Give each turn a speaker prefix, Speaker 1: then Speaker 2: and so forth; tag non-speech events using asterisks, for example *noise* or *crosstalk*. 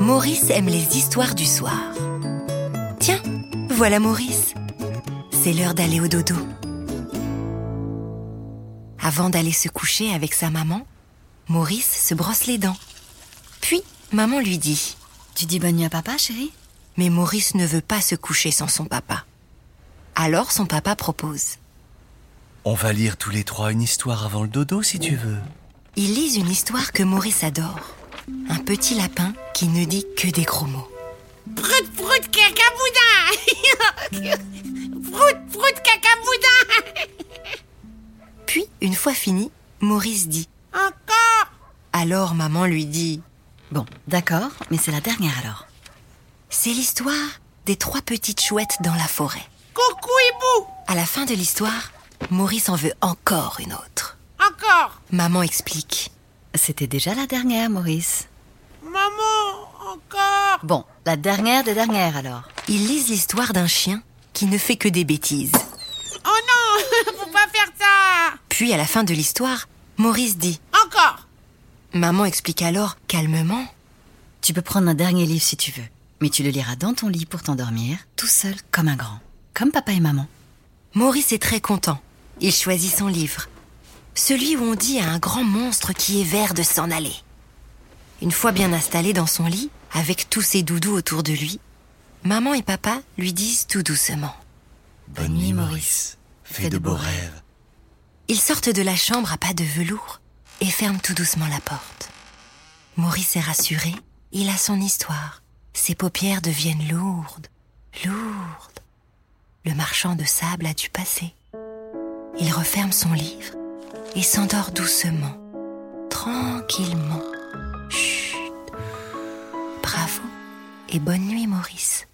Speaker 1: Maurice aime les histoires du soir. Tiens, voilà Maurice. C'est l'heure d'aller au dodo. Avant d'aller se coucher avec sa maman, Maurice se brosse les dents. Puis, maman lui dit
Speaker 2: Tu dis bonne nuit à papa, chérie
Speaker 1: Mais Maurice ne veut pas se coucher sans son papa. Alors son papa propose
Speaker 3: On va lire tous les trois une histoire avant le dodo si tu veux.
Speaker 1: Ils lisent une histoire que Maurice adore. Un petit lapin qui ne dit que des gros mots.
Speaker 4: Prout, prout, *laughs* cacaboudin Prout, prout, cacaboudin
Speaker 1: Puis, une fois fini, Maurice dit
Speaker 4: Encore
Speaker 1: Alors maman lui dit
Speaker 2: Bon, d'accord, mais c'est la dernière alors.
Speaker 1: C'est l'histoire des trois petites chouettes dans la forêt.
Speaker 4: Coucou, hibou
Speaker 1: À la fin de l'histoire, Maurice en veut encore une autre.
Speaker 4: Encore
Speaker 1: Maman explique.
Speaker 2: C'était déjà la dernière, Maurice.
Speaker 4: Maman Encore
Speaker 2: Bon, la dernière des dernières alors.
Speaker 1: Ils lisent l'histoire d'un chien qui ne fait que des bêtises.
Speaker 4: Oh non *laughs* Faut pas faire ça
Speaker 1: Puis à la fin de l'histoire, Maurice dit.
Speaker 4: Encore
Speaker 1: Maman explique alors calmement.
Speaker 2: Tu peux prendre un dernier livre si tu veux, mais tu le liras dans ton lit pour t'endormir, tout seul comme un grand, comme papa et maman.
Speaker 1: Maurice est très content. Il choisit son livre. Celui où on dit à un grand monstre qui est vert de s'en aller. Une fois bien installé dans son lit, avec tous ses doudous autour de lui, maman et papa lui disent tout doucement.
Speaker 3: Bonne nuit, Maurice. Fais de beaux rêves.
Speaker 1: Ils sortent de la chambre à pas de velours et ferment tout doucement la porte. Maurice est rassuré, il a son histoire. Ses paupières deviennent lourdes, lourdes. Le marchand de sable a dû passer. Il referme son livre et s'endort doucement, tranquillement. Chut. Bravo et bonne nuit Maurice.